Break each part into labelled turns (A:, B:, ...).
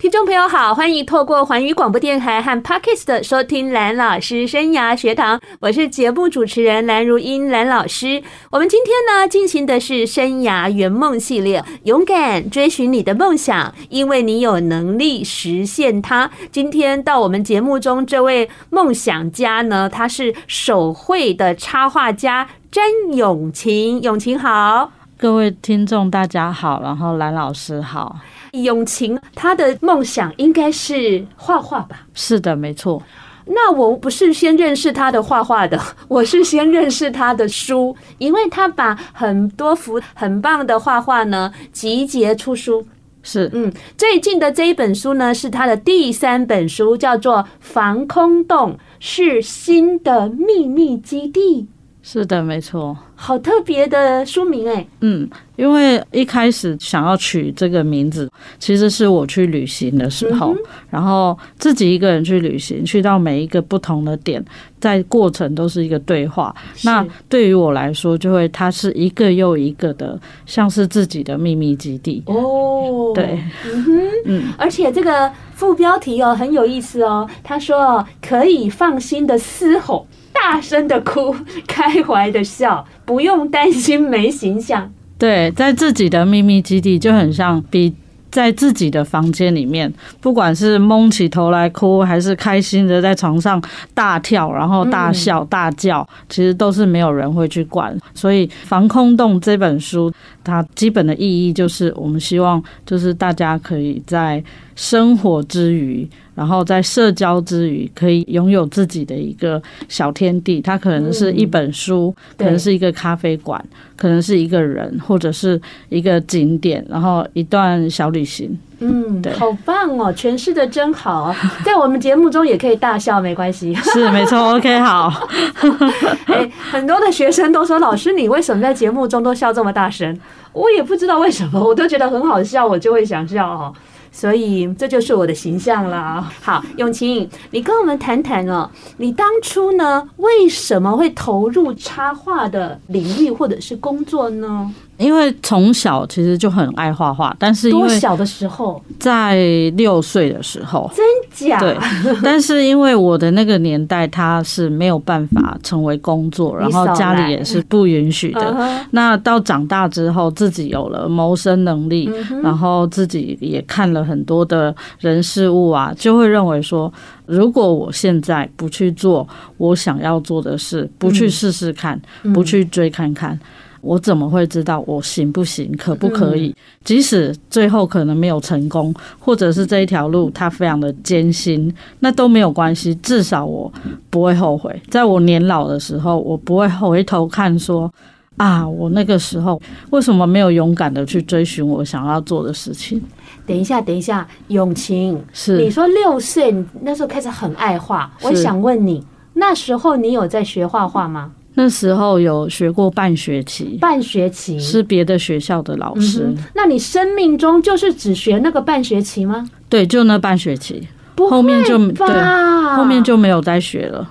A: 听众朋友好，欢迎透过环宇广播电台和 Podcast 收听蓝老师生涯学堂，我是节目主持人蓝如英，蓝老师。我们今天呢进行的是生涯圆梦系列，勇敢追寻你的梦想，因为你有能力实现它。今天到我们节目中这位梦想家呢，他是手绘的插画家詹永晴，永晴好。
B: 各位听众大家好，然后蓝老师好。
A: 永晴，她的梦想应该是画画吧？
B: 是的，没错。
A: 那我不是先认识她的画画的， 我是先认识她的书，因为她把很多幅很棒的画画呢集结出书。
B: 是，
A: 嗯，最近的这一本书呢是她的第三本书，叫做《防空洞是新的秘密基地》。
B: 是的，没错。
A: 好特别的书名哎、欸，
B: 嗯，因为一开始想要取这个名字，其实是我去旅行的时候，嗯、然后自己一个人去旅行，去到每一个不同的点，在过程都是一个对话。那对于我来说，就会它是一个又一个的，像是自己的秘密基地
A: 哦。
B: 对，
A: 嗯哼，嗯，而且这个副标题哦很有意思哦，他说可以放心的嘶吼。大声的哭， 开怀的笑，不用担心没形象。
B: 对，在自己的秘密基地就很像比在自己的房间里面，不管是蒙起头来哭，还是开心的在床上大跳，然后大笑大叫，嗯、其实都是没有人会去管。所以《防空洞》这本书，它基本的意义就是，我们希望就是大家可以在生活之余。然后在社交之余，可以拥有自己的一个小天地。它可能是一本书，嗯、可能是一个咖啡馆，可能是一个人，或者是一个景点，然后一段小 旅行。
A: 嗯，好棒哦！诠释的真好、啊，在我们节目中也可以大笑，没关系。
B: 是，没错。OK，好。
A: 哎，很多的学生都说，老师，你为什么在节目中都笑这么大声？我也不知道为什么，我都觉得很好笑，我就会想笑哦。所以这就是我的形象啦。好，永晴，你跟我们谈谈哦，你当初呢为什么会投入插画的领域或者是工作呢？
B: 因为从小其实就很爱画画，但是
A: 多小的时候，
B: 在六岁的时候，
A: 真啊假？
B: 对， 但是因为我的那个年代，他是没有办法成为工作，然后家里也是不允许
A: 嗯
B: 的。那到长大之后，自己有了谋生能力，
A: 嗯
B: 然后自己也看了很多的人事物啊，就会认为说。如果我现在不去做我想要做的事，不去试试看，嗯、不去追看看，嗯、我怎么会知道我行不行，可不可以？嗯、即使最后可能没有成功，或者是这一条路它非常的艰辛，那都没有关系，至少我不会后悔。在我年老的时候，我不会回头看说。啊！我那个时候为什么没有勇敢的去追寻我想要做的事情？
A: 等一下，等一下，永晴，
B: 是
A: 你说六岁那时候开始很爱画，我想问你，那时候你有在学画画吗？
B: 那时候有学过半学期，
A: 半学期
B: 是别的学校的老师、嗯。
A: 那你生命中就是只学那个半学期吗？
B: 对，就那半学期，后面就对，后
A: 啊
B: 面就没有再学了。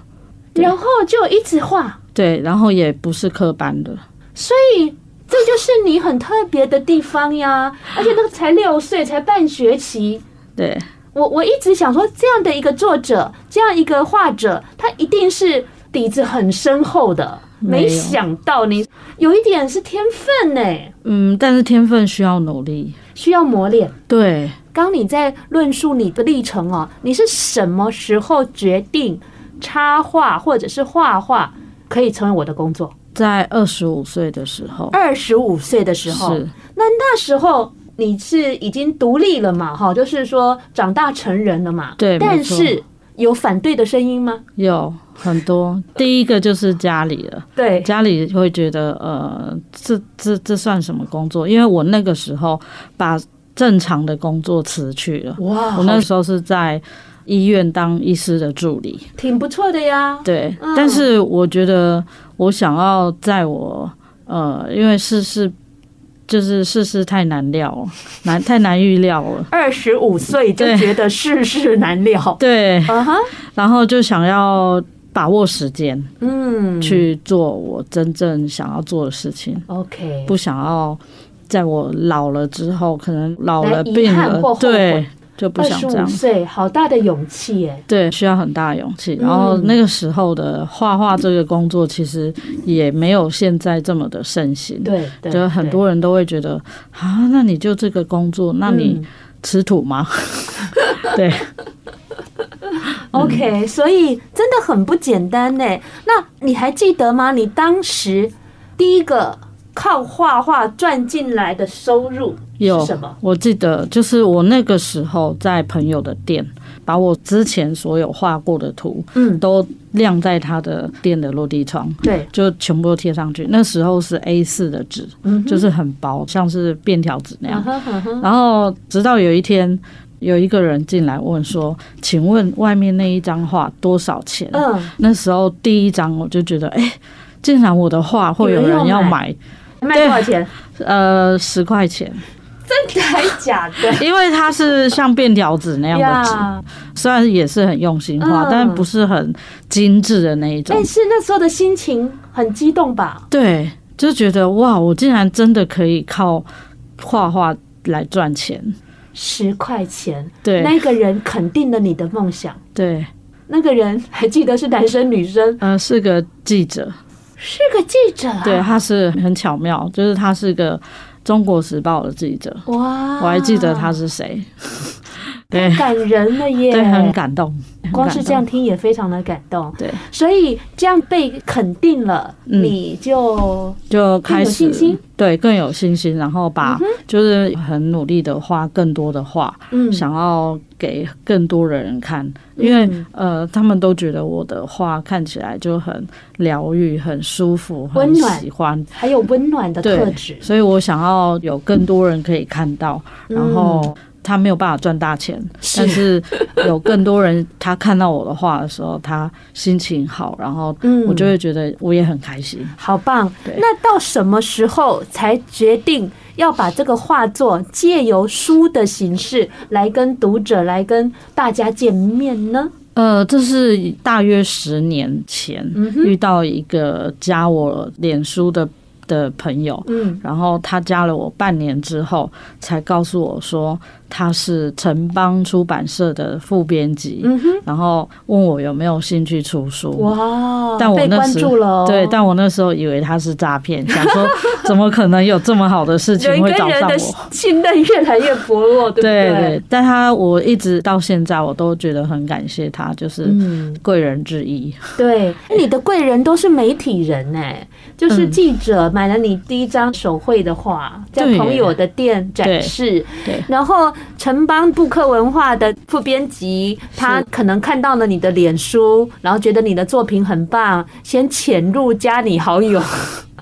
A: 然后就一直画，
B: 对，然后也不是科班的。
A: 所以这就是你很特别的地方呀，而且那个才六岁，才半学期。
B: 对，
A: 我我一直想说，这样的一个作者，这样一个画者，他一定是底子很深厚的。没想到你有一点是天分呢、欸。
B: 嗯，但是天分需要努力，
A: 需要磨练。
B: 对，
A: 刚你在论述你的历程哦，你是什么时候决定插画或者是画画可以成为我的工作？
B: 在二十五岁的时候，
A: 二十五岁的时候，那那时候你是已经独立了嘛？哈，就是说长大成人了嘛。
B: 对，
A: 但是有反对的声音吗？
B: 有很多。第一个就是家里了，
A: 对，
B: 家里会觉得呃，这这这算什么工作？因为我那个时候把正常的工作辞去了。
A: 哇，
B: 我那时候是在。医院当医师的助理，
A: 挺不错的呀。
B: 对，嗯、但是我觉得我想要在我呃，因为是是就是世事太难料了，难太难预料了。
A: 二十五岁就觉得世事难料，
B: 对，
A: 嗯哼，
B: 然后就想要把握时间
A: 嗯，
B: 去做我真正想要做的事情，
A: OK，
B: 不想要在我老了之后，可能老
A: 来
B: 了
A: 遗
B: 病
A: 憾
B: 了
A: 或后，
B: 对
A: 悔，
B: 就不
A: 二
B: 想
A: 十
B: 这
A: 五
B: 样。
A: 岁，好大的勇气耶！
B: 对，需要很大的勇气。然后
A: 嗯
B: 那个时候的画画这个工作，其实也没有现在这么的盛行。
A: 对，对
B: 就是很多人都会觉得啊，那你就这个工作，那
A: 嗯
B: 你吃 土吗？对，
A: 对 OK，所以真的很不简单呢。那你还记得吗？你当时第一个靠画画赚进来的收入
B: 有
A: 是什么？
B: 我记得就是我那个时候在朋友的店，把我之前所有画过的图
A: 嗯，
B: 都晾在他的店的落地窗。
A: 对，
B: 就全部都贴上去，那时候是 A 4的纸，
A: 嗯哼
B: 就是很薄，像是便条纸那样
A: 嗯。哼嗯哼
B: 然后直到有一天，有一个人进来问说：“请问外面那一张画多少钱？”
A: 嗯，
B: 那时候第一张我就觉得，哎、竟然我的画会有人要买，
A: 卖多少钱？
B: 呃，十块钱，
A: 真的还假 的？
B: 因为它是像便条纸那样 的纸
A: 呀，
B: 虽然也是很用心画，
A: 嗯
B: 但不是很精致的那一种
A: 但。哎是那时候的心情很激动吧？
B: 对，就觉得哇，我竟然真的可以靠画画来赚钱。
A: 十块钱，
B: 对
A: 那个人肯定了你的梦想。
B: 对，
A: 那个人还记得是男生女生，
B: 呃，是个记者，
A: 是个记者、啊。
B: 对，，他是很巧妙，就是他是个《中国时报》的记者，
A: 哇，
B: 我还记得他是谁。 对
A: 感人了耶！
B: 对，很感动，很
A: 光
B: 感
A: 是这样
B: 动
A: 听也非常的感动。
B: 对，
A: 所以这样被肯定了，
B: 嗯
A: 你就
B: 就
A: 更
B: 开始
A: 有信心
B: 对更有信心，然后把就是很努力的画更多的画，
A: 嗯
B: 想要给更多的人看，因为、
A: 嗯
B: 呃他们都觉得我的画看起来就很疗愈、很舒服、
A: 温
B: 很
A: 暖
B: 喜欢，
A: 还有温暖的
B: 对
A: 特质，
B: 所以我想要有更多人可以看到，然后
A: 嗯。
B: 他没有办法赚大钱，
A: 是
B: 但是 有更多人他看到我的画的时候，他心情好，然后
A: 嗯
B: 我就会觉得我也很开心。
A: 好棒。
B: 对
A: 那到什么时候才决定要把这个画作借由书的形式来跟读者、来跟大家见面呢？
B: 呃，这是大约十年前、
A: 嗯哼
B: 遇到一个加我脸书的的朋友，
A: 嗯，
B: 然后他加了我半年之后，才告诉我说他是城邦出版社的副编辑，
A: 嗯哼，
B: 然后问我有没有兴趣出书。
A: 哇，
B: 但我
A: 被
B: 那
A: 关
B: 时
A: 注了、哦，
B: 对，但我那时候以为他是诈骗， 想说怎么可能有这么好的事情
A: 人
B: 会
A: 跟
B: 找
A: 人
B: 上
A: 的
B: 我？
A: 信任越来越薄 弱，对不
B: 对
A: 对？
B: 对，但他我一直到现在我都觉得很感谢他，就是
A: 嗯，
B: 贵人之一。
A: 对，哎你的贵人都是媒体人哎、就是
B: 嗯
A: 记者买了你第一张手绘的画，在
B: 对耶
A: 朋友的店展示，
B: 对
A: 然后城邦布克文化的副编辑，他可能看到了你的脸书，然后觉得你的作品很棒，先潜入加你好友，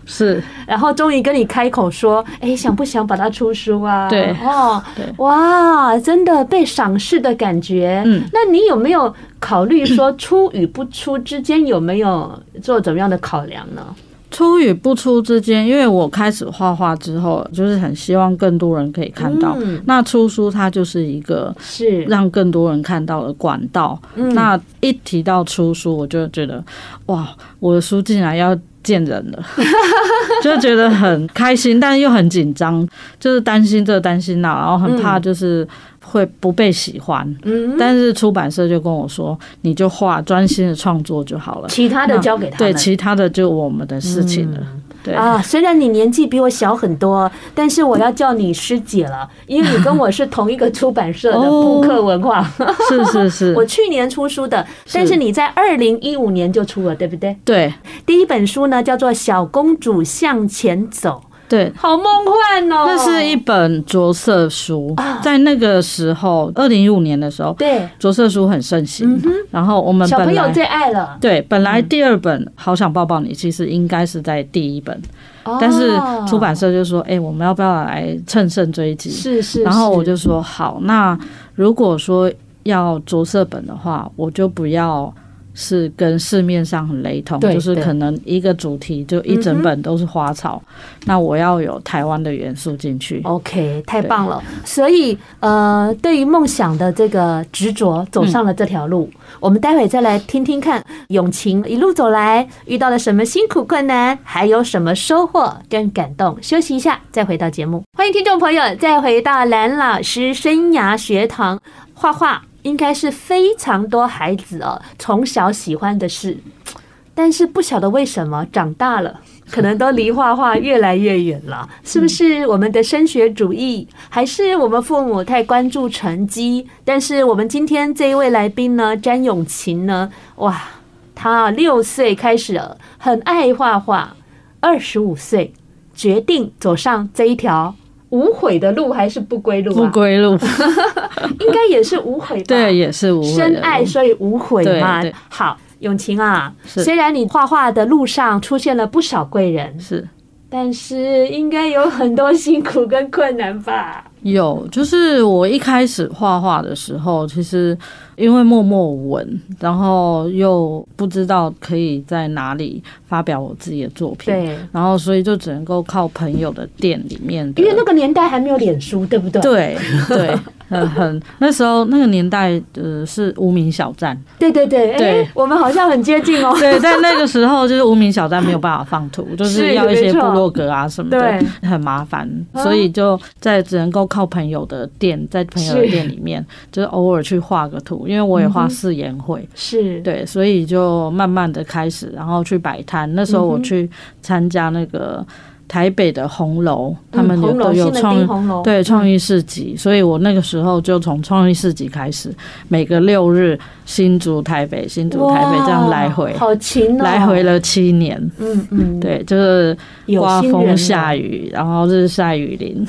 B: 是，
A: 然后终于跟你开口说，哎，想不想把它出书啊？
B: 对
A: 哦
B: 对，
A: 哇，真的被赏识的感觉。
B: 嗯
A: 那你有没有考虑说出与不出之间有没有做怎么样的考量呢？
B: 出与不出之间，因为我开始画画之后，就是很希望更多人可以看到。
A: 嗯
B: 那出书它就是一个
A: 是，
B: 让更多人看到的管道。
A: 嗯
B: 那一提到出书，我就觉得哇，我的书竟然要见人了， 就觉得很开心，但又很紧张，就是担心这担心那，然后很怕就是会不被喜欢。
A: 嗯，
B: 但是出版社就跟我说，你就画，专心的创作就好了。
A: 其他的交给他
B: 对，
A: 们。
B: 其他的就我们的事情了。对，
A: 啊，虽然你年纪比我小很多，但是我要叫你师姐了，因为你跟我是同一个出版社的
B: 哦
A: 布克文化。
B: 是是
A: 我
B: 是，
A: 去年出书的，但是你在二零一五年就出了，对不对？
B: 对
A: 第一本书呢叫做《小公主向前走
B: 对》，。
A: 好梦幻哦！
B: 那是一本着色书
A: 啊，
B: 在那个时候，二零一五年的时候，
A: 对
B: 着色书很盛行。然后我们
A: 嗯小朋
B: 本
A: 友嗯
B: 来
A: 最爱了，
B: 对本来第二本《好想抱抱你》其实应该是在第一本，但是
A: 哦
B: 出版社就说：“哎，我们要不要来乘胜追击
A: 是是，？”
B: 然后我
A: 是
B: 就说：“好，那如果说要着色本的话，我就不要。”是跟市面上很雷同，
C: 对
B: 就是
C: 对
B: 可能一个主题就一
A: 嗯
B: 整本都是花草，那我要有台湾的元素进去。
A: 哦 OK，太棒了！所以，呃，对于梦想的这个执着，走上了这条路。我们待会再来听听看，永晴一路走来遇到了什么辛苦困难，还有什么收获跟感动。休息一下，再回到节目。欢迎听众朋友再回到蓝老师生涯学堂，画画应该是非常多孩子哦从小喜欢的事，但是不晓得为什么长大 了。可能都离画画越来越远了，是不是我们的升学主义，还是我们父母太关注成绩？但是我们今天这一位来宾呢，詹永琴呢，哇，他啊六岁开始呃很爱画画，二十五岁决定走上这一条无悔的路，还是不归路
B: 不
A: 啊？
B: 归路，
A: 应该也是无悔吧？
B: 对，也是无悔的
A: 深
B: 路
A: 爱，所以无悔嘛
B: 对对。
A: 好，永晴啊，
B: 是
A: 虽然你画画的路上出现了不少贵人。
B: 是
A: 但是应该有很多辛苦跟困难吧？
B: 有，就是我一开始画画的时候，其实因为默默无闻，然后又不知道可以在哪里发表我自己的作品，
A: 对，
B: 然后所以就只能够靠朋友的店里面的，
A: 因为那个年代还没有脸书，对不对？
B: 对对，很很那时候那个年代，呃，是无名小 站，
A: 对对对，哎、
B: 对
A: 我们好像很接近哦。
B: 对，在那个时候就是无名小站没有办法放图，就是
A: 是
B: 要一些
A: 没
B: 部
A: 错
B: 落格啊什么的，很麻烦，
A: 啊
B: 所以就在只能够靠朋友的店，在朋友的
A: 是
B: 店里面，就是偶尔去画个图，因为我也
A: 嗯
B: 画四言会，
A: 是，
B: 对，所以就慢慢的开始，然后去摆摊。那时候
A: 嗯
B: 我去参加那个台北的红楼，他们
A: 嗯
B: 有
A: 红楼
B: 都有
A: 新的
B: 创
A: 丁红楼，
B: 对创意市集，所以我那个时候就从创意市集开始，每个六日新竹、台北、新竹、
A: 哇
B: 台北这样来回，
A: 好勤哦，
B: 来回，了七年。
A: 嗯嗯，，
B: 对，就是
A: 有
B: 刮
A: 心
B: 风
A: 人
B: 下
A: 雨，
B: 雨，然后日晒雨淋，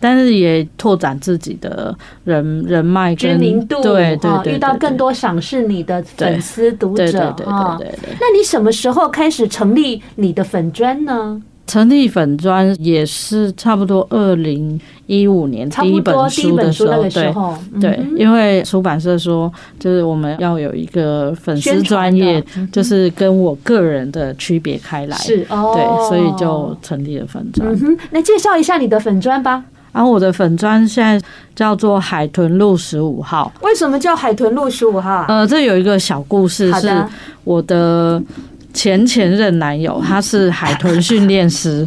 B: 但是也拓展自己的人人脉
A: 知
B: 跟
A: 名度，
B: 对对对
A: 哈
B: 对
A: 遇到
B: 对
A: 更多赏识你的粉丝读
B: 对对
A: 者
B: 对对
A: 哈
B: 对对。
A: 那你什么时候开始成立你的粉砖呢？
B: 成立粉砖也是差不多二零一五年
A: 差
B: 第一
A: 不
B: 本
A: 多第一
B: 书的
A: 本书
B: 时
A: 那
B: 候，
A: 个时
B: 对
A: 候，嗯
B: 对
A: 哼，
B: 因为出版社说，就是我们要有一个粉丝
A: 宣传
B: 专
A: 的
B: 业
A: 嗯哼，
B: 就是跟我个人的区别开来，
A: 是哦，
B: 对，所以就成立了粉砖。
A: 嗯哼，那介绍一下你的粉砖吧。
B: 然后我的粉砖现在叫做海豚路十五号，
A: 为什么叫海豚路十五号啊？
B: 呃，这有一个小故事
A: 好
B: 嗯是
A: 的，
B: 我的前前任男友，
A: 嗯
B: 他是海豚训 练师，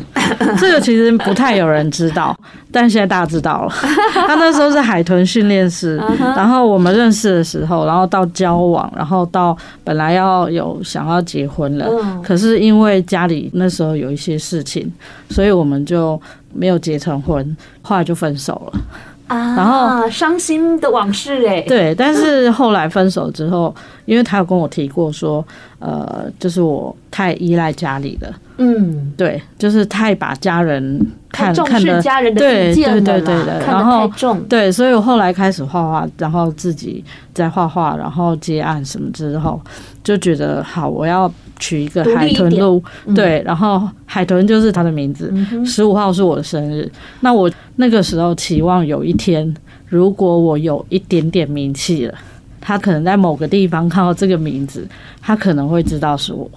B: 这个其实不太有人知道，但现在大家 知道了。他那时候是海豚训练师，
A: 嗯
B: 然后我们认识的时候，然后到交往，然后到本来要有想要结婚了，
A: 嗯
B: 可是因为家里那时候有一些事情，所以我们就没有结成婚，后来就分手了。
A: 啊，
B: 然后
A: 伤心的往事哎、
B: 对，但是后来分手之后，因为他有跟我提过说，呃，就是我太依赖家里了，
A: 嗯，
B: 对，就是太把家人
A: 太
B: 看
A: 重
B: 看
A: 视
B: 得
A: 家人的
B: 对
A: 意见了
B: 对
A: 啦，
B: 对对对
A: 看得
B: 然后
A: 太重，
B: 对，所以我后来开始画画，然后自己在画画，然后接案什么之后，就觉得好，我要取一个
A: 独立
B: 海
A: 一
B: 豚
A: 点
B: 路，
A: 嗯
B: 对，然后海豚就是他的名字，
A: 嗯哼，
B: 十五号是我的生日，那我那个时候期望有一天，如果我有一点点名气了，他可能在某个地方看到这个名字，他可能会知道是我。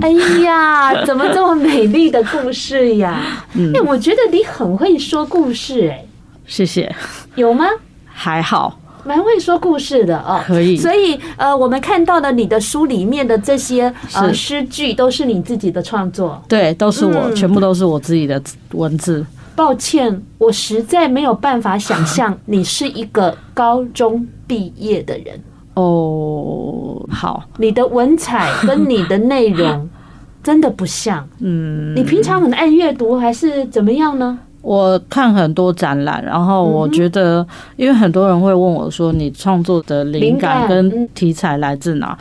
A: 哎 呀，怎么这么美丽的故事呀？
B: 嗯
A: 哎、，我觉得你很会说故事哎、
B: 谢谢，
A: 有吗？
B: 还好
A: 蛮会说故事的哦。
B: 可以。
A: 所以，呃，我们看到的你的书里面的这些呃
B: 是
A: 诗句，都是你自己的创作。
B: 对，都是我，
A: 嗯
B: 全部都是我自己的文字。
A: 抱歉，我实在没有办法想象你是一个高中毕业的 人。
B: 哦，好，
A: 你的文采跟你的内容 真的不像。
B: 嗯，
A: 你平常很爱阅读还是怎么样呢？
B: 我看很多展览，然后我觉
A: 嗯
B: 得，因为很多人会问我说，你创作的灵
A: 灵感
B: 感
A: 嗯
B: 跟题材来自哪？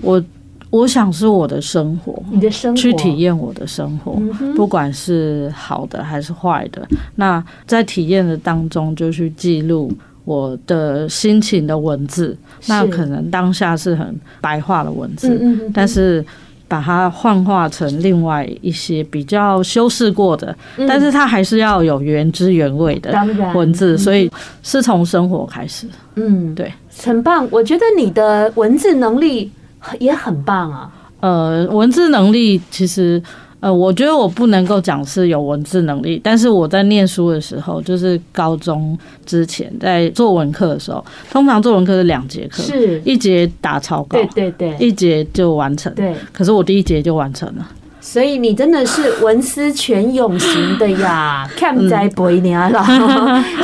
B: 我我想是我的生活，
A: 你的嗯生活
B: 去体验我的生活，
A: 嗯哼
B: 不管是好的还是坏的。那在体验的当中，就去记录我的心情的文字。那
A: 是
B: 可能当下是很白话的文字，
A: 嗯嗯嗯，
B: 但是把它幻化成另外一些比较修饰过的，
A: 嗯
B: 但是它还是要有原汁原味的
A: 当然
B: 文字，所以是从生活开始。
A: 嗯
B: 对，
A: 很棒。我觉得你的文字能力也很棒啊。
B: 呃，文字能力其实，呃，我觉得我不能够讲是有文字能力，但是我在念书的时候，就是高中之前在作文课的时候，通常作文课是两节课，
A: 是
B: 一节打草稿
A: 对，对对
B: 一节就完成。
A: 对，
B: 可是我第一节就完成了。
A: 所以你真的是文思泉涌型的呀，看在博年了。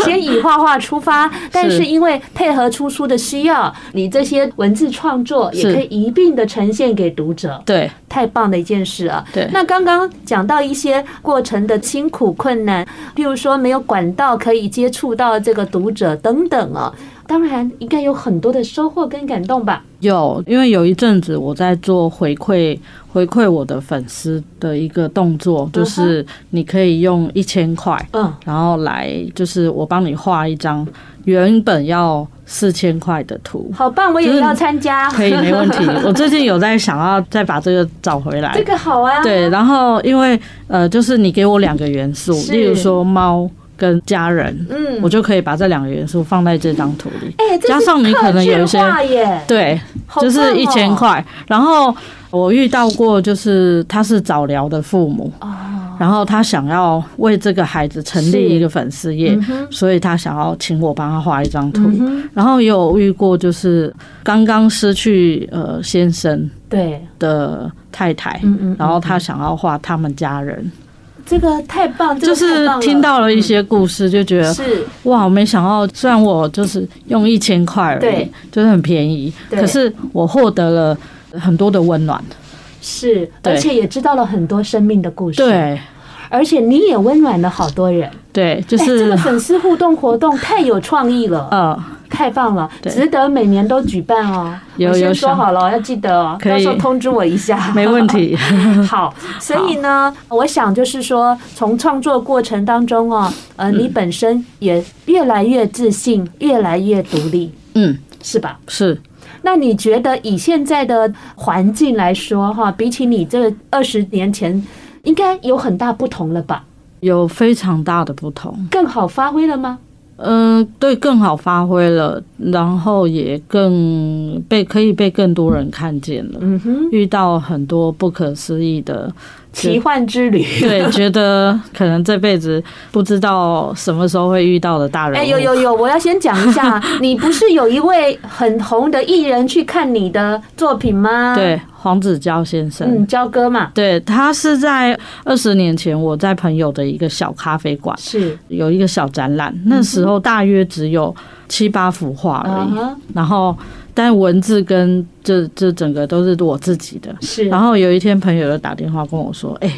A: 先以画画出发，但是因为配合出书的需要，你这些文字创作也
B: 是
A: 可以一并的呈现给读者。
B: 对
A: 太棒的一件事啊！
B: 对
A: 那刚刚讲到一些过程的辛苦困难，譬如说没有管道可以接触到这个读者等等啊，当然应该有很多的收获跟感动吧？
B: 有，因为有一阵子我在做回馈回馈我的粉丝的一个动作，就是你可以用一千块，
A: 嗯，
B: 然后来就是我帮你画一张原本要四千块的 图，
A: 好棒，我也要参 加，
B: 可以没问题。我最近有在想要再把这个找 回来
A: 这，个好啊，
B: 对，然后因为呃，就是你给我两个元素，
A: 是
B: 例如说猫跟家人，
A: 嗯，
B: 我就可以把这两个元素放在这张图里，
A: 哎，这是
B: 加上你可能有一些
A: 客制化耶，
B: 对，
A: 好棒
B: 就
A: 哦
B: 是一千，块。然后我遇到过，就是他是早疗的父母，
A: 哦，
B: 然后他想要为这个孩子成
A: 是
B: 立一个粉丝页
A: 嗯，哼，
B: 所以他想要请我帮他画一张图。
A: 嗯哼，
B: 然后也有遇过，就是刚刚失去呃先生
A: 对，
B: 的太太，
A: 嗯嗯，
B: 然后他想要画他们家人，
A: 这个太棒，这
B: 就
A: 个太
B: 是
A: 棒嗯
B: 听到了一些故事，就觉得
A: 是
B: 哇，我没想到，虽然我就是用一千块而已
A: 对，
B: 就是很便宜，
A: 对
B: 可是我获得了很多的温暖。
A: 是，
B: 对
A: 而且也知道了很多生命的故事，。
B: 对
A: 而且你也温暖了好多人，
B: 对，就
A: 哎，这
B: 是、
A: 个粉丝互动活动太有创意了，
B: 呃，
A: 太棒了，
B: 对
A: 值得每年都举办哦。
B: 有
A: 我
B: 有
A: 先说
B: 想
A: 好了，要记得哦，
B: 可以
A: 到时候通知我一下。
B: 没问。题。
A: 好，所以呢，我想就是说，从创作过程当中哦，呃，你本身也越来越自信，越来越独立，
B: 嗯，
A: 是吧？
B: 是
A: 那你觉得以现在的环境来说，哈，比起你这二十年前，应该有很大不同了吧？
B: 有非常大的不同。
A: 更好发挥了吗？
B: 嗯、对，更好发挥了，然后也更被可以被更多人看见了。
A: 嗯哼，
B: 遇到很多不可思议的，
A: 奇幻之旅。
B: 对，觉得可能这辈子不知道什么时候会遇到的大人物。
A: 哎，有有有，我要先讲一 下，你不是有一位很红的艺人去看你的作品吗？，
B: 对，黄子佼先生，
A: 啊嗯，焦哥嘛，
B: 对他是在二十年前，我在朋友的一个小咖啡馆
A: 是，
B: 有一个小展览，
A: 嗯
B: 那时候大约只有七八幅画而
A: 嗯
B: 已，
A: 哼，
B: 然后但文字跟这这整个都是我自己的。
A: 是，
B: 然后有一天朋友就打电话跟我说：“哎、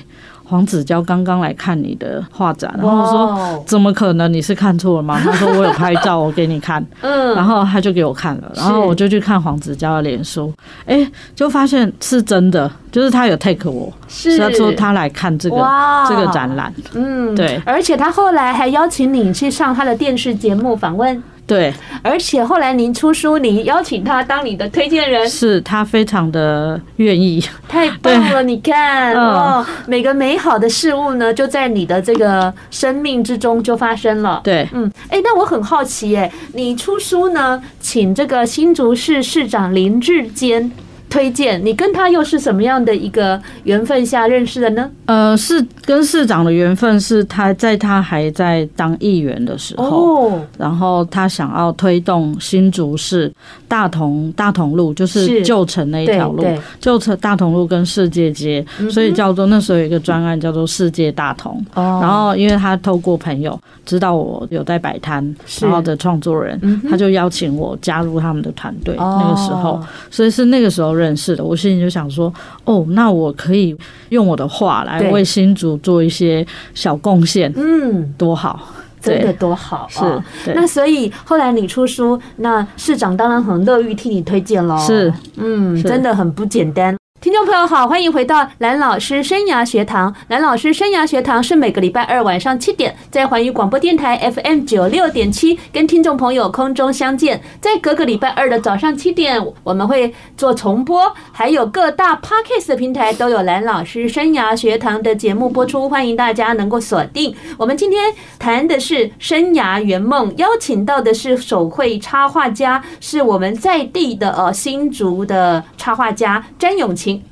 B: 黄子佼刚刚来看你的画展。”然后我说。
A: 说，
B: 怎么可能？你是看错了吗？ 他说我有拍照，我给你看。
A: 嗯，
B: 然后他就给我看了，然后
A: 是
B: 我就去看黄子佼的脸书，哎，就发现是真的，就是他有 take 我，
A: 是
B: 他说他来看这个
A: 哇
B: 这个展，览，
A: 嗯，
B: 对
A: 而且他后来还邀请你去上他的电视节目访问，
B: 对，
A: 而且后来您出书，你邀请他当你的推荐人，
B: 是他非常的愿意，
A: 太棒了！你看，
B: 嗯
A: 哦，每个美好的事物呢，就在你的这个生命之中就发生了。
B: 对，
A: 嗯，哎，那我很好奇，哎，你出书呢，请这个新竹市市长林志坚推荐，你跟他又是什么样的一个缘分下认识的呢？
B: 呃，是跟市长的缘分是他在他还在当议员的时候。
A: 哦，
B: 然后他想要推动新竹市大同大同路，就是是旧城那一
A: 对
B: 条路，
A: 对，嗯
B: 旧城大同路跟世界街，所以叫做那时候有一个专案叫做世界大同。
A: 哦，
B: 然后因为他透过朋友知道我有在摆摊，
A: 是
B: 然后的创作人，
A: 嗯哼
B: 他就邀请我加入他们的团队。
A: 哦
B: 那个时候，所以是那个时候认识的。我心里就想说，哦，那我可以用我的话来
A: 对
B: 为新竹做一些小贡献，
A: 嗯，
B: 多好！
A: 真的
B: 对，
A: 多好啊！
B: 是，
A: 那
B: 对，
A: 所以后来你出书，那市长当然很乐于替你推荐喽。
B: 是，
A: 嗯，
B: 是
A: 真的很不简单。听听众朋友好，欢迎回到蓝老师生涯学堂。蓝老师生涯学堂是每个礼拜二晚上七点在环宇广播电台 FM 九六点七跟听众朋友空中相见，在隔个礼拜二的早上七点我们会做重播，还有各大 Podcast 的平台都有蓝老师生涯学堂的节目播出，欢迎大家能够锁定。我们今天谈的是生涯圆梦，邀请到的是手绘插画家，是我们在地的呃新竹的插画家詹永晴。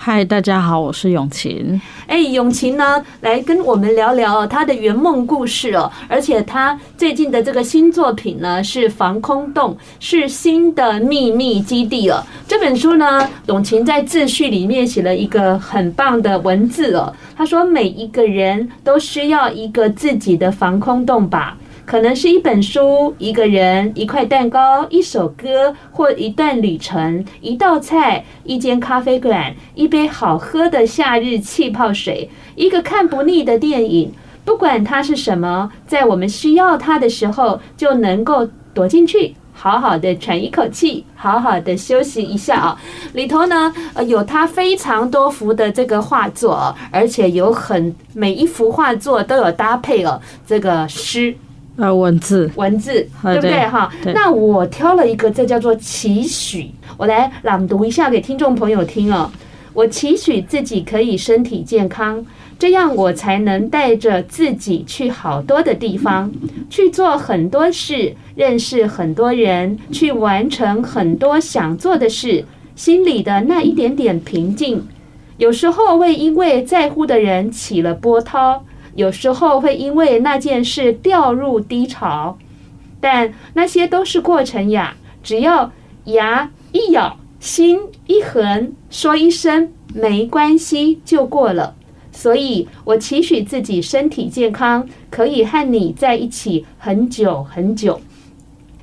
B: 嗨，大家好，我是永晴。
A: 哎，永晴呢，来跟我们聊聊哦，她的圆梦故事哦，而且她最近的这个新作品呢是《防空洞》，是新的秘密基地哦。这本书呢，永晴在自序里面写了一个很棒的文字哦，她说每一个人都需要一个自己的防空洞吧。可能是一本书、一个人、一块蛋糕、一首歌或一段旅程、一道菜、一间咖啡馆、一杯好喝的夏日气泡水、一个看不腻的电影。不管它是什么，在我们需要它的时候，就能够躲进去，好好的喘一口气，好好的休息一下啊、里头呢，呃，有他非常多幅的这个画作、哦，而且有很每一幅画作都有搭配哦，这个诗。
B: 呃，文字
A: 文字，
B: 啊
A: 对不对
B: 对
A: 哈？
B: 对
A: 那我挑了一个，这叫做期许，我来朗读一下给听众朋友听哦。我期许自己可以身体健康，这样我才能带着自己去好多的地方，去做很多事，认识很多人，去完成很多想做的事，心里的那一点点平静。有时候会因为在乎的人起了波涛，有时候会因为那件事掉入低潮，但那些都是过程呀。只要牙一咬，心一横，说一声没关系就过了。所以我期许自己身体健康，可以和你在一起很久很久。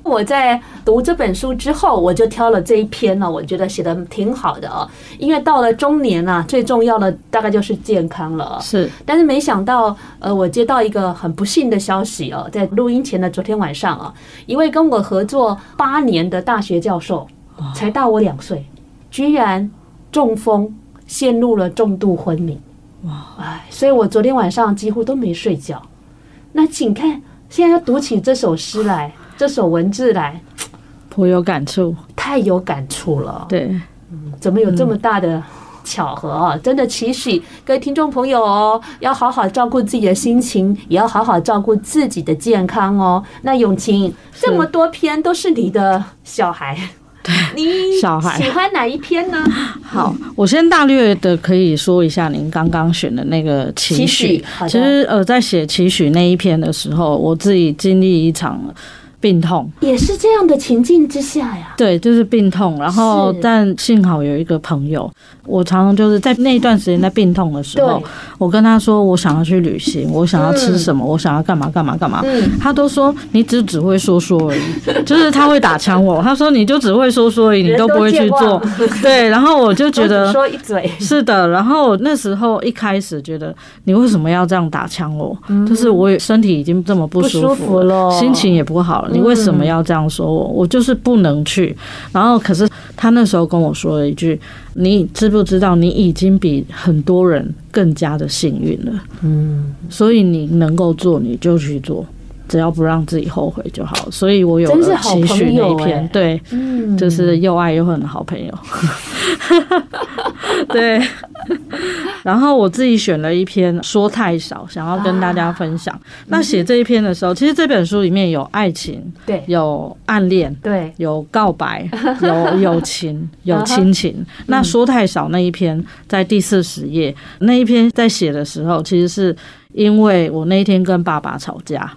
A: 我在读这本书之后，我就挑了这一篇呢、我觉得写的挺好的哦。因为到了中年啊，最重要的大概就是健康了、哦。
B: 是
A: 但是没想到，呃，我接到一个很不幸的消息哦，在录音前的昨天晚上啊，一位跟我合作八年的大学教授，才大我两岁，居然中风，陷入了重度昏迷。哇！哎，所以我昨天晚上几乎都没睡觉。那请看，现在要读起这首诗来，这首文字来，
B: 颇有感触。
A: 太有感触了。
B: 对，
A: 怎么有这
B: 嗯
A: 么大的巧合啊？真的期许各位听众朋友哦，要好好照顾自己的心情，也要好好照顾自己的健康哦。那永晴，这么多篇都是你的小孩，你
B: 小孩
A: 喜欢哪一篇呢？
B: 好，我先大略的可以说一下您刚刚选的那个
A: 期
B: 期
A: 许
B: 许
A: 好。的
B: 其实呃，在写期许那一篇的时候，我自己经历一场病痛。
A: 也是这样的情境之下呀，
B: 对，就是病痛，然后
A: 是
B: 但幸好有一个朋友，我常常就是在那一段时间在病痛的时候
A: 对，
B: 我跟他说我想要去旅行，我想要吃什么，我想要干嘛干嘛干嘛，
A: 嗯
B: 他都说你只只会说说而已， 就是他会打枪我，他说你就只会说说而已，你
A: 人
B: 都
A: 都
B: 不会去
A: 健
B: 做
A: 忘，
B: 对，然后我就觉
A: 我只
B: 得
A: 说一嘴，
B: 是的，然后我那时候一开始觉得你为什么要这样打枪我？就是我也身体已经这么不舒
A: 嗯不舒服了嗯
B: 心情也不好了，你为什么要这样说我？我就是不能去。然后可是他那时候跟我说了一句：“你知不知道你已经比很多人更加的幸运了？
A: 嗯，
B: 所以你能够做你就去做，只要不让自己后悔就好。”所以我有
A: 真是
B: 了
A: 好
B: 期许
A: 朋
B: 那
A: 友
B: 一篇，
A: 欸
B: 对，
A: 嗯
B: 就是又爱又恨的好朋友。 对，然后我自己选了一篇说太少，想要跟大家分享。那写这一篇的时候，其实这本书里面有爱情，
A: 对
B: 有暗恋，
A: 对，
B: 有告白，有友情，有亲情。那说太少那一篇在第四十页，那一篇在写的时候，其实是因为我那一天跟爸爸吵架，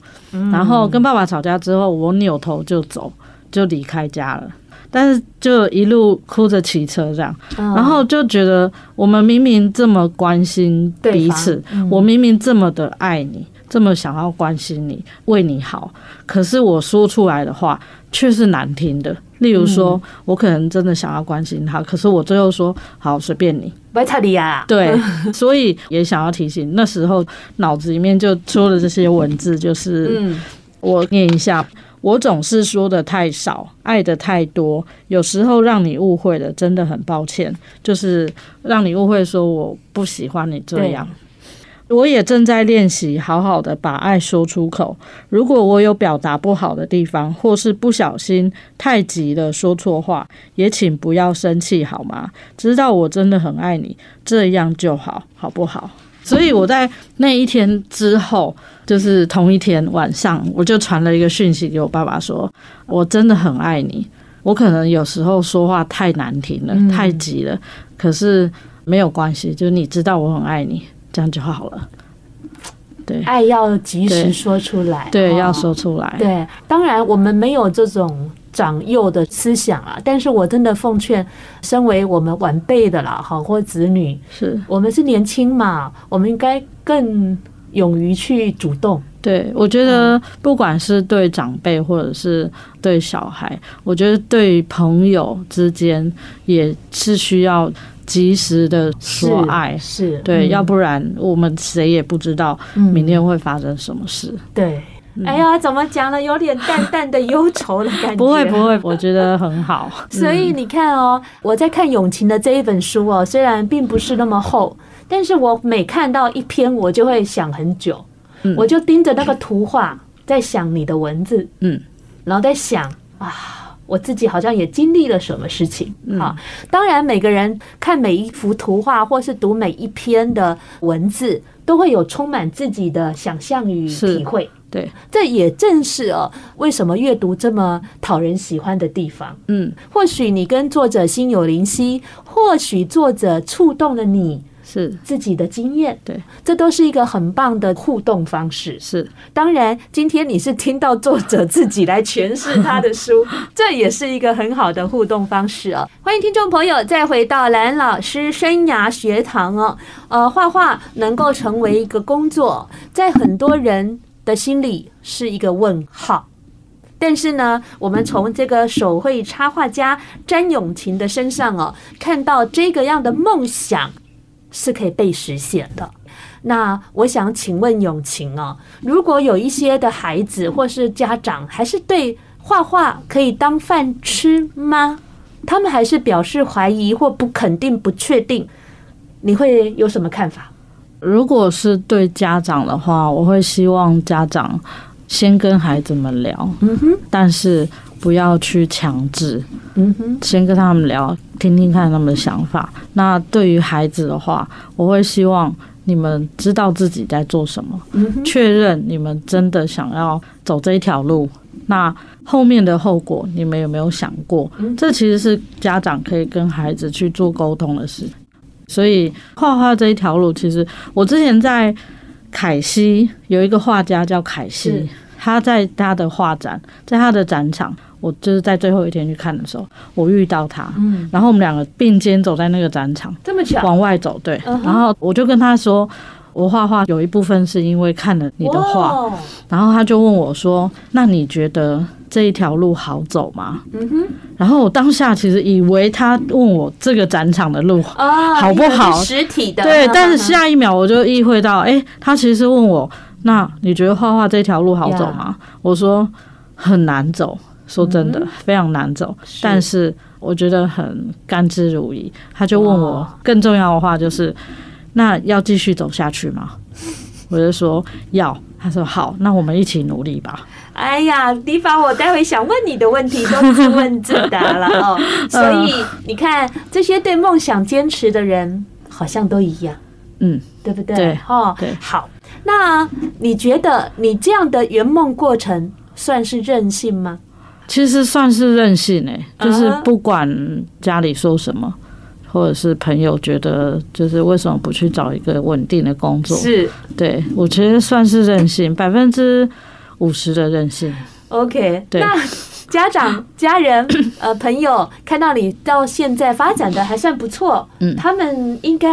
B: 然后跟爸爸吵架之后，我扭头就走，就离开家了。但是就一路哭着骑车这样，然
A: 然
B: 后就觉得我们明明这么关心
A: 对
B: 彼
A: 方嗯
B: 此，我明明这么的爱你，这么想要关心你，为你好，可是我说出来的话却是难听的。例如说，
A: 嗯
B: 我可能真的想要关心他，可是我最后说好随便你。
A: 不要吵你啊，
B: 对， 所以也想要提醒，那时候脑子里面就出了这些文字，就是
A: 嗯，
B: 我念一下。我总是说的太少，爱的太多，有时候让你误会了，真的很抱歉。就是让你误会，说我不喜欢你这样。我也正在练习好好的把爱说出口。如果我有表达不好的地方，或是不小心太急了说错话，也请不要生气好吗？知道我真的很爱你，这样就好，好不好？所以我在那一天之后，就是同一天晚上，我就传了一个讯息给我爸爸说，我真的很爱你。我可能有时候说话太难听了，太急了，可是没有关系，就是你知道我很爱你，这样就好了。对
A: 爱要及时
B: 对
A: 说出来，
B: 对，
A: 哦
B: 要说出来。
A: 对，当然我们没有这种长幼的思想啊，但是我真的奉劝，身为我们晚辈的啦，哈，或子女，
B: 是，
A: 我们是年轻嘛，我们应该更勇于去主动。
B: 对，我觉
A: 嗯
B: 得不管是对长辈或者是对小孩，我觉得对朋友之间也是需要及时的说
A: 是
B: 爱。
A: 是，
B: 对，
A: 嗯
B: 要不然我们谁也不知道
A: 嗯
B: 明天会嗯发生什么事。
A: 对。哎呀，怎么讲呢？有点淡淡的忧愁的感觉。
B: 不会不 会，我觉得很好。
A: 所
B: 嗯
A: 以你看哦，我在看永晴的这一本书哦，虽然并不是那么厚，但是我每看到一篇，我就会想很久，
B: 嗯
A: 我就盯着那个图画，在想你的文字，
B: 嗯，
A: 然后在想啊，我自己好像也经历了什么事情
B: 嗯
A: 啊。当然，每个人看每一幅图画或是读每一篇的文字，都会有充满自己的想象与
B: 是
A: 体会。
B: 对，
A: 这也正是哦，为什么阅读这么讨人喜欢的地方。
B: 嗯，
A: 或许你跟作者心有灵犀，或许作者触动了你
B: 是
A: 自己的经验，
B: 对，
A: 这都是一个很棒的互动方式。
B: 是，
A: 当然，今天你是听到作者自己来诠释他的书，这也是一个很好的互动方式哦。欢迎听众朋友再回到蓝老师生涯学堂哦。呃，画画能够成为一个工作，在很多人的心里是一个问号。但是呢，我们从这个手绘插画家詹永琴的身上哦，看到这个样的梦想是可以被实现的。那我想请问永晴哦，如果有一些的孩子或是家长还是对画画可以当饭吃吗？他们还是表示怀疑或不肯定、不确定，你会有什么看法？
B: 如果是对家长的话，我会希望家长先跟孩子们聊，
A: 嗯哼，
B: 但是不要去强制，
A: 嗯哼，
B: 先跟他们聊，听听看他们的想法。那对于孩子的话，我会希望你们知道自己在做什么。
A: 嗯哼，
B: 确认你们真的想要走这一条路，那后面的后果你们有没有想过
A: 嗯？
B: 这其实是家长可以跟孩子去做沟通的事。所以画画这一条路，其实我之前在凯西有一个画家叫凯
A: 是
B: 西，他在他的画展，在他的展场，我就是在最后一天去看的时候，我遇到他，
A: 嗯，
B: 然后我们两个并肩走在那个展场。
A: 这么巧，
B: 往外走，对。
A: 嗯哼
B: 然后我就跟他说，我画画有一部分是因为看了你的画，
A: 哇，
B: 然后他就问我说：“那你觉得这一条路好走吗
A: 嗯哼，？”
B: 然后我当下其实以为他问我这个展场的路。
A: 啊，
B: 好不好
A: 你有实体的，
B: 对
A: 嗯，
B: 但是
A: 嗯
B: 下一秒我就意会到，诶，他其实问我，那你觉得画画这条路好走吗我说很难走，说真的、非常难走，
A: 嗯是
B: 但是我觉得很甘之如饴。他就问我
A: 哇
B: 更重要的话就是，那要继续走下去吗？我就说要，他说好，那我们一起努力吧。
A: 哎呀，迪法，我待会想问你的问题都自问自答了 哦。所以你看，这些对梦想坚持的人，好像都一样，
B: 嗯，
A: 对不对？
B: 对
A: 哦，
B: 对
A: 好，那你觉得你这样的圆梦过程算是任性吗？
B: 其实算是任性诶、就是
A: 啊哈
B: 不管家里说什么，或者是朋友觉得，就是为什么不去找一个稳定的工作？
A: 是。
B: 对我觉得算是任性，百分之五十的任性。
A: OK，
B: 对
A: 那家 长、家人、呃朋友看到你到现在发展的还算不错，
B: 嗯
A: 他们应该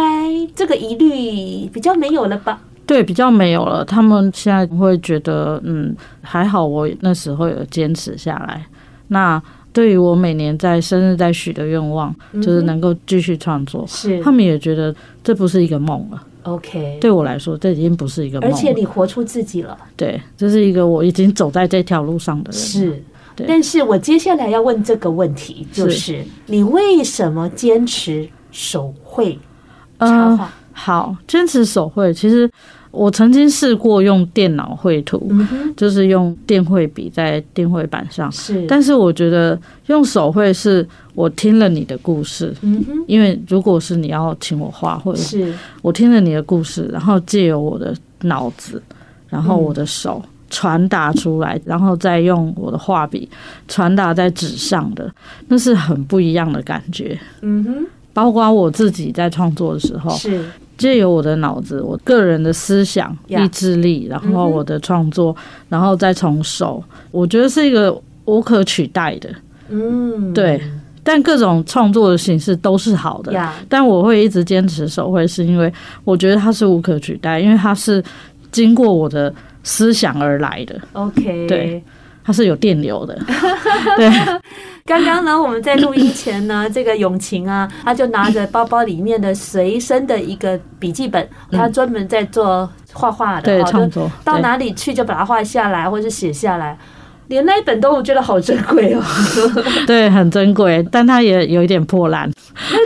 A: 这个疑虑比较没有了吧？
B: 对，比较没有了。他们现在会觉得，嗯，还好我那时候有坚持下来。那对于我每年在生日
A: 嗯
B: 在许的愿望，就是能够继续创作，
A: 是
B: 他们也觉得这不是一个梦了，
A: OK，
B: 对我来说，这已经不是一个梦
A: 而
B: 了。
A: 且你活出自己了，
B: 对，这是一个我已经走在这条路上的人。
A: 是。
B: 对
A: 但是我接下来要问这个问题，就是你为什么坚持手绘插
B: 嗯，
A: 画？
B: 好，坚持手绘。其实我曾经试过用电脑绘图，
A: 嗯哼，
B: 就是用电绘笔在电绘板上，
A: 是，
B: 但是我觉得用手绘是我听了你的故事。
A: 嗯哼，
B: 因为如果是你要请我画，或者
A: 是
B: 我听了你的故事，然后借由我的脑子，然后我的手
A: 嗯
B: 传达出来，然后再用我的画笔传达在纸上的，那是很不一样的感觉。
A: 嗯
B: 包括我自己在创作的时候
A: 哼，，是
B: 借由我的脑子，我个人的思想、
A: Yeah
B: 意志力，然
A: 嗯
B: 后
A: 哼
B: 我的创作，然后再从手，我觉得是一个无可取代的。
A: 嗯，
B: 对但各种创作的形式都是好的，
A: 呀，
B: 但我会一直坚持手绘，是因为我觉得它是无可取代，因为它是经过我的思想而来的，
A: OK，
B: 对。它是有电流 的。
A: 刚刚呢，我们在录音前呢， 这个永晴啊，他就拿着包包里面的随身的一个笔记本，他专门在做画画的，
B: 嗯对，
A: 哦
B: 创
A: 就
B: 作
A: 到
B: 对
A: 哪里去就把它画下来，或是写下来。连那一本都我觉得好珍贵 哦，
B: 对很珍贵，但它也有一点破烂。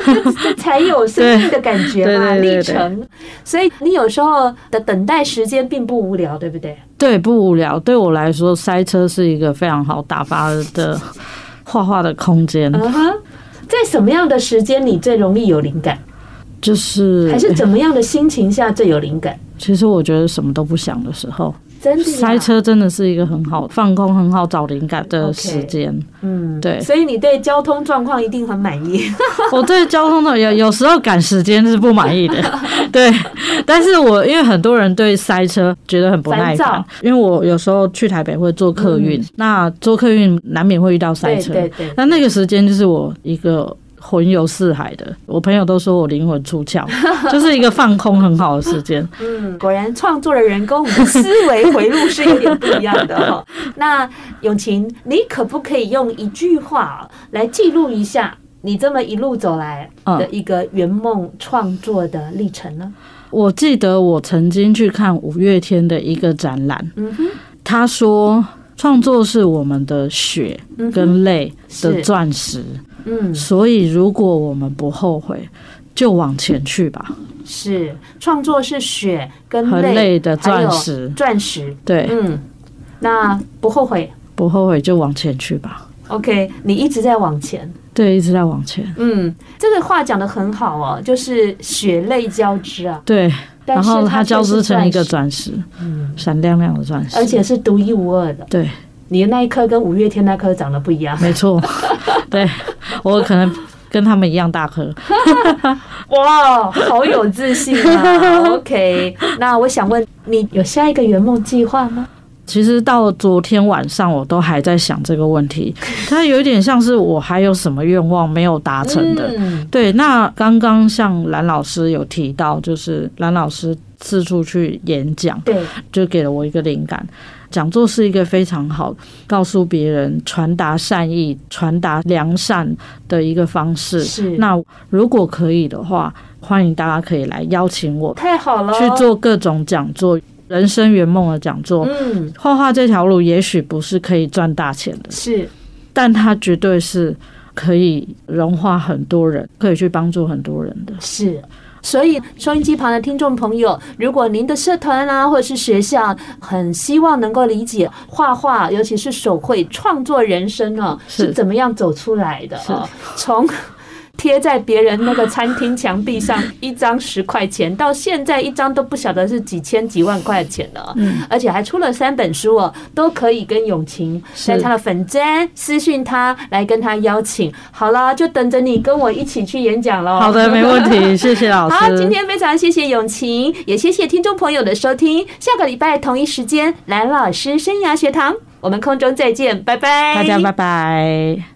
A: 这才有生命的感觉嘛，
B: 对对对
A: 历
B: 对
A: 程。所以你有时候的等待时间并不无聊，对不对？
B: 对，不无聊。对我来说，塞车是一个非常好打发的画画的空间，
A: 嗯哼，在什么样的时间你最容易有灵感，
B: 就是
A: 还是怎么样的心情下最有灵感？
B: 其实我觉得什么都不想的时候，
A: 真的呀
B: 塞，车真的是一个很好放空、很好找灵感的
A: OK
B: 时间。
A: 嗯，
B: 对
A: 所以你对交通状况一定很满意。
B: 我对交通的有有时候赶时间是不满意的， 对。但是我因为很多人对塞车觉得很不耐
A: 烦
B: 烦
A: 躁，
B: 因为我有时候去台北会坐客运，那坐客运难免会遇到塞
A: 对
B: 车，
A: 对对，
B: 那那个时间就是我一个魂游四海的，我朋友都说我灵魂出 窍，就是一个放空很好的时间。
A: 嗯， 果然创作的人跟我们的思维回路是有点不一样的 哈、那永晴，你可不可以用一句话来记录一下你这么一路走来的一个圆梦创作的历程呢？
B: 我记得我曾经去看五月天的一个展览，
A: 嗯哼，
B: 他说创作是我们的血
A: 嗯哼，
B: 跟泪的
A: 是，
B: 钻石，
A: 嗯
B: 所以如果我们不后悔。就往前去吧，
A: 是，创作是血跟
B: 很
A: 泪
B: 累的钻石，
A: 钻石，
B: 对，
A: 嗯，那不后悔。
B: 不后悔就往前去吧，
A: OK，你一直在往前。
B: 对，一直在往前，
A: 嗯，这个话讲的很好哦，就是血泪交织啊，
B: 对，
A: 但
B: 然
A: 是
B: 后它交织成一个
A: 却是
B: 钻石，
A: 钻石，
B: 闪亮亮的钻石，
A: 而且是独一无二的。
B: 对，
A: 你的那一颗跟五月天那颗长得不一样，
B: 没 错，对我可能跟他们一样大颗。
A: 哇，好有自信啊 ！OK，那我想问你，有下一个圆梦计划吗？
B: 其实到昨天晚上，我都还在想这个问题，它有一点像是我还有什么愿望没有达成的。
A: 嗯
B: 对，那刚刚像蓝老师有提到，就是蓝老师四处去演讲，
A: 对，
B: 就给了我一个灵感。讲座是一个非常好告诉别人、传达善意、传达良善的一个方式。
A: 是
B: 那如果可以的话，欢迎大家可以来邀请我
A: 太好了，
B: 去，做各种讲座，人生圆梦的讲座。
A: 嗯，
B: 画画这条路也许不是可以赚大钱的，
A: 是
B: 但它绝对是可以融化很多人，可以去帮助很多人的。
A: 是。所以，收音机旁的听众朋友，如果您的社团啊，或者是学校，很希望能够理解画画，尤其是手绘创作人生哦、
B: 是
A: 是怎么样走出来的
B: 是
A: 哦、从贴在别人那个餐厅墙壁上一张十块钱，到现在一张都不晓得是几千几万块钱了哦、
B: 嗯
A: 而且还出了三本书哦、都可以跟永晴在
B: 是
A: 他的粉砖私讯他，来跟他邀请。好了，就等着你跟我一起去演讲喽。
B: 好的，没问 题，谢谢老师。
A: 哦好，今天非常谢谢永晴，也谢谢听众朋友的收听。下个礼拜同一时间，蓝老师生涯学堂，我们空中再见，拜拜，
B: 大家拜拜。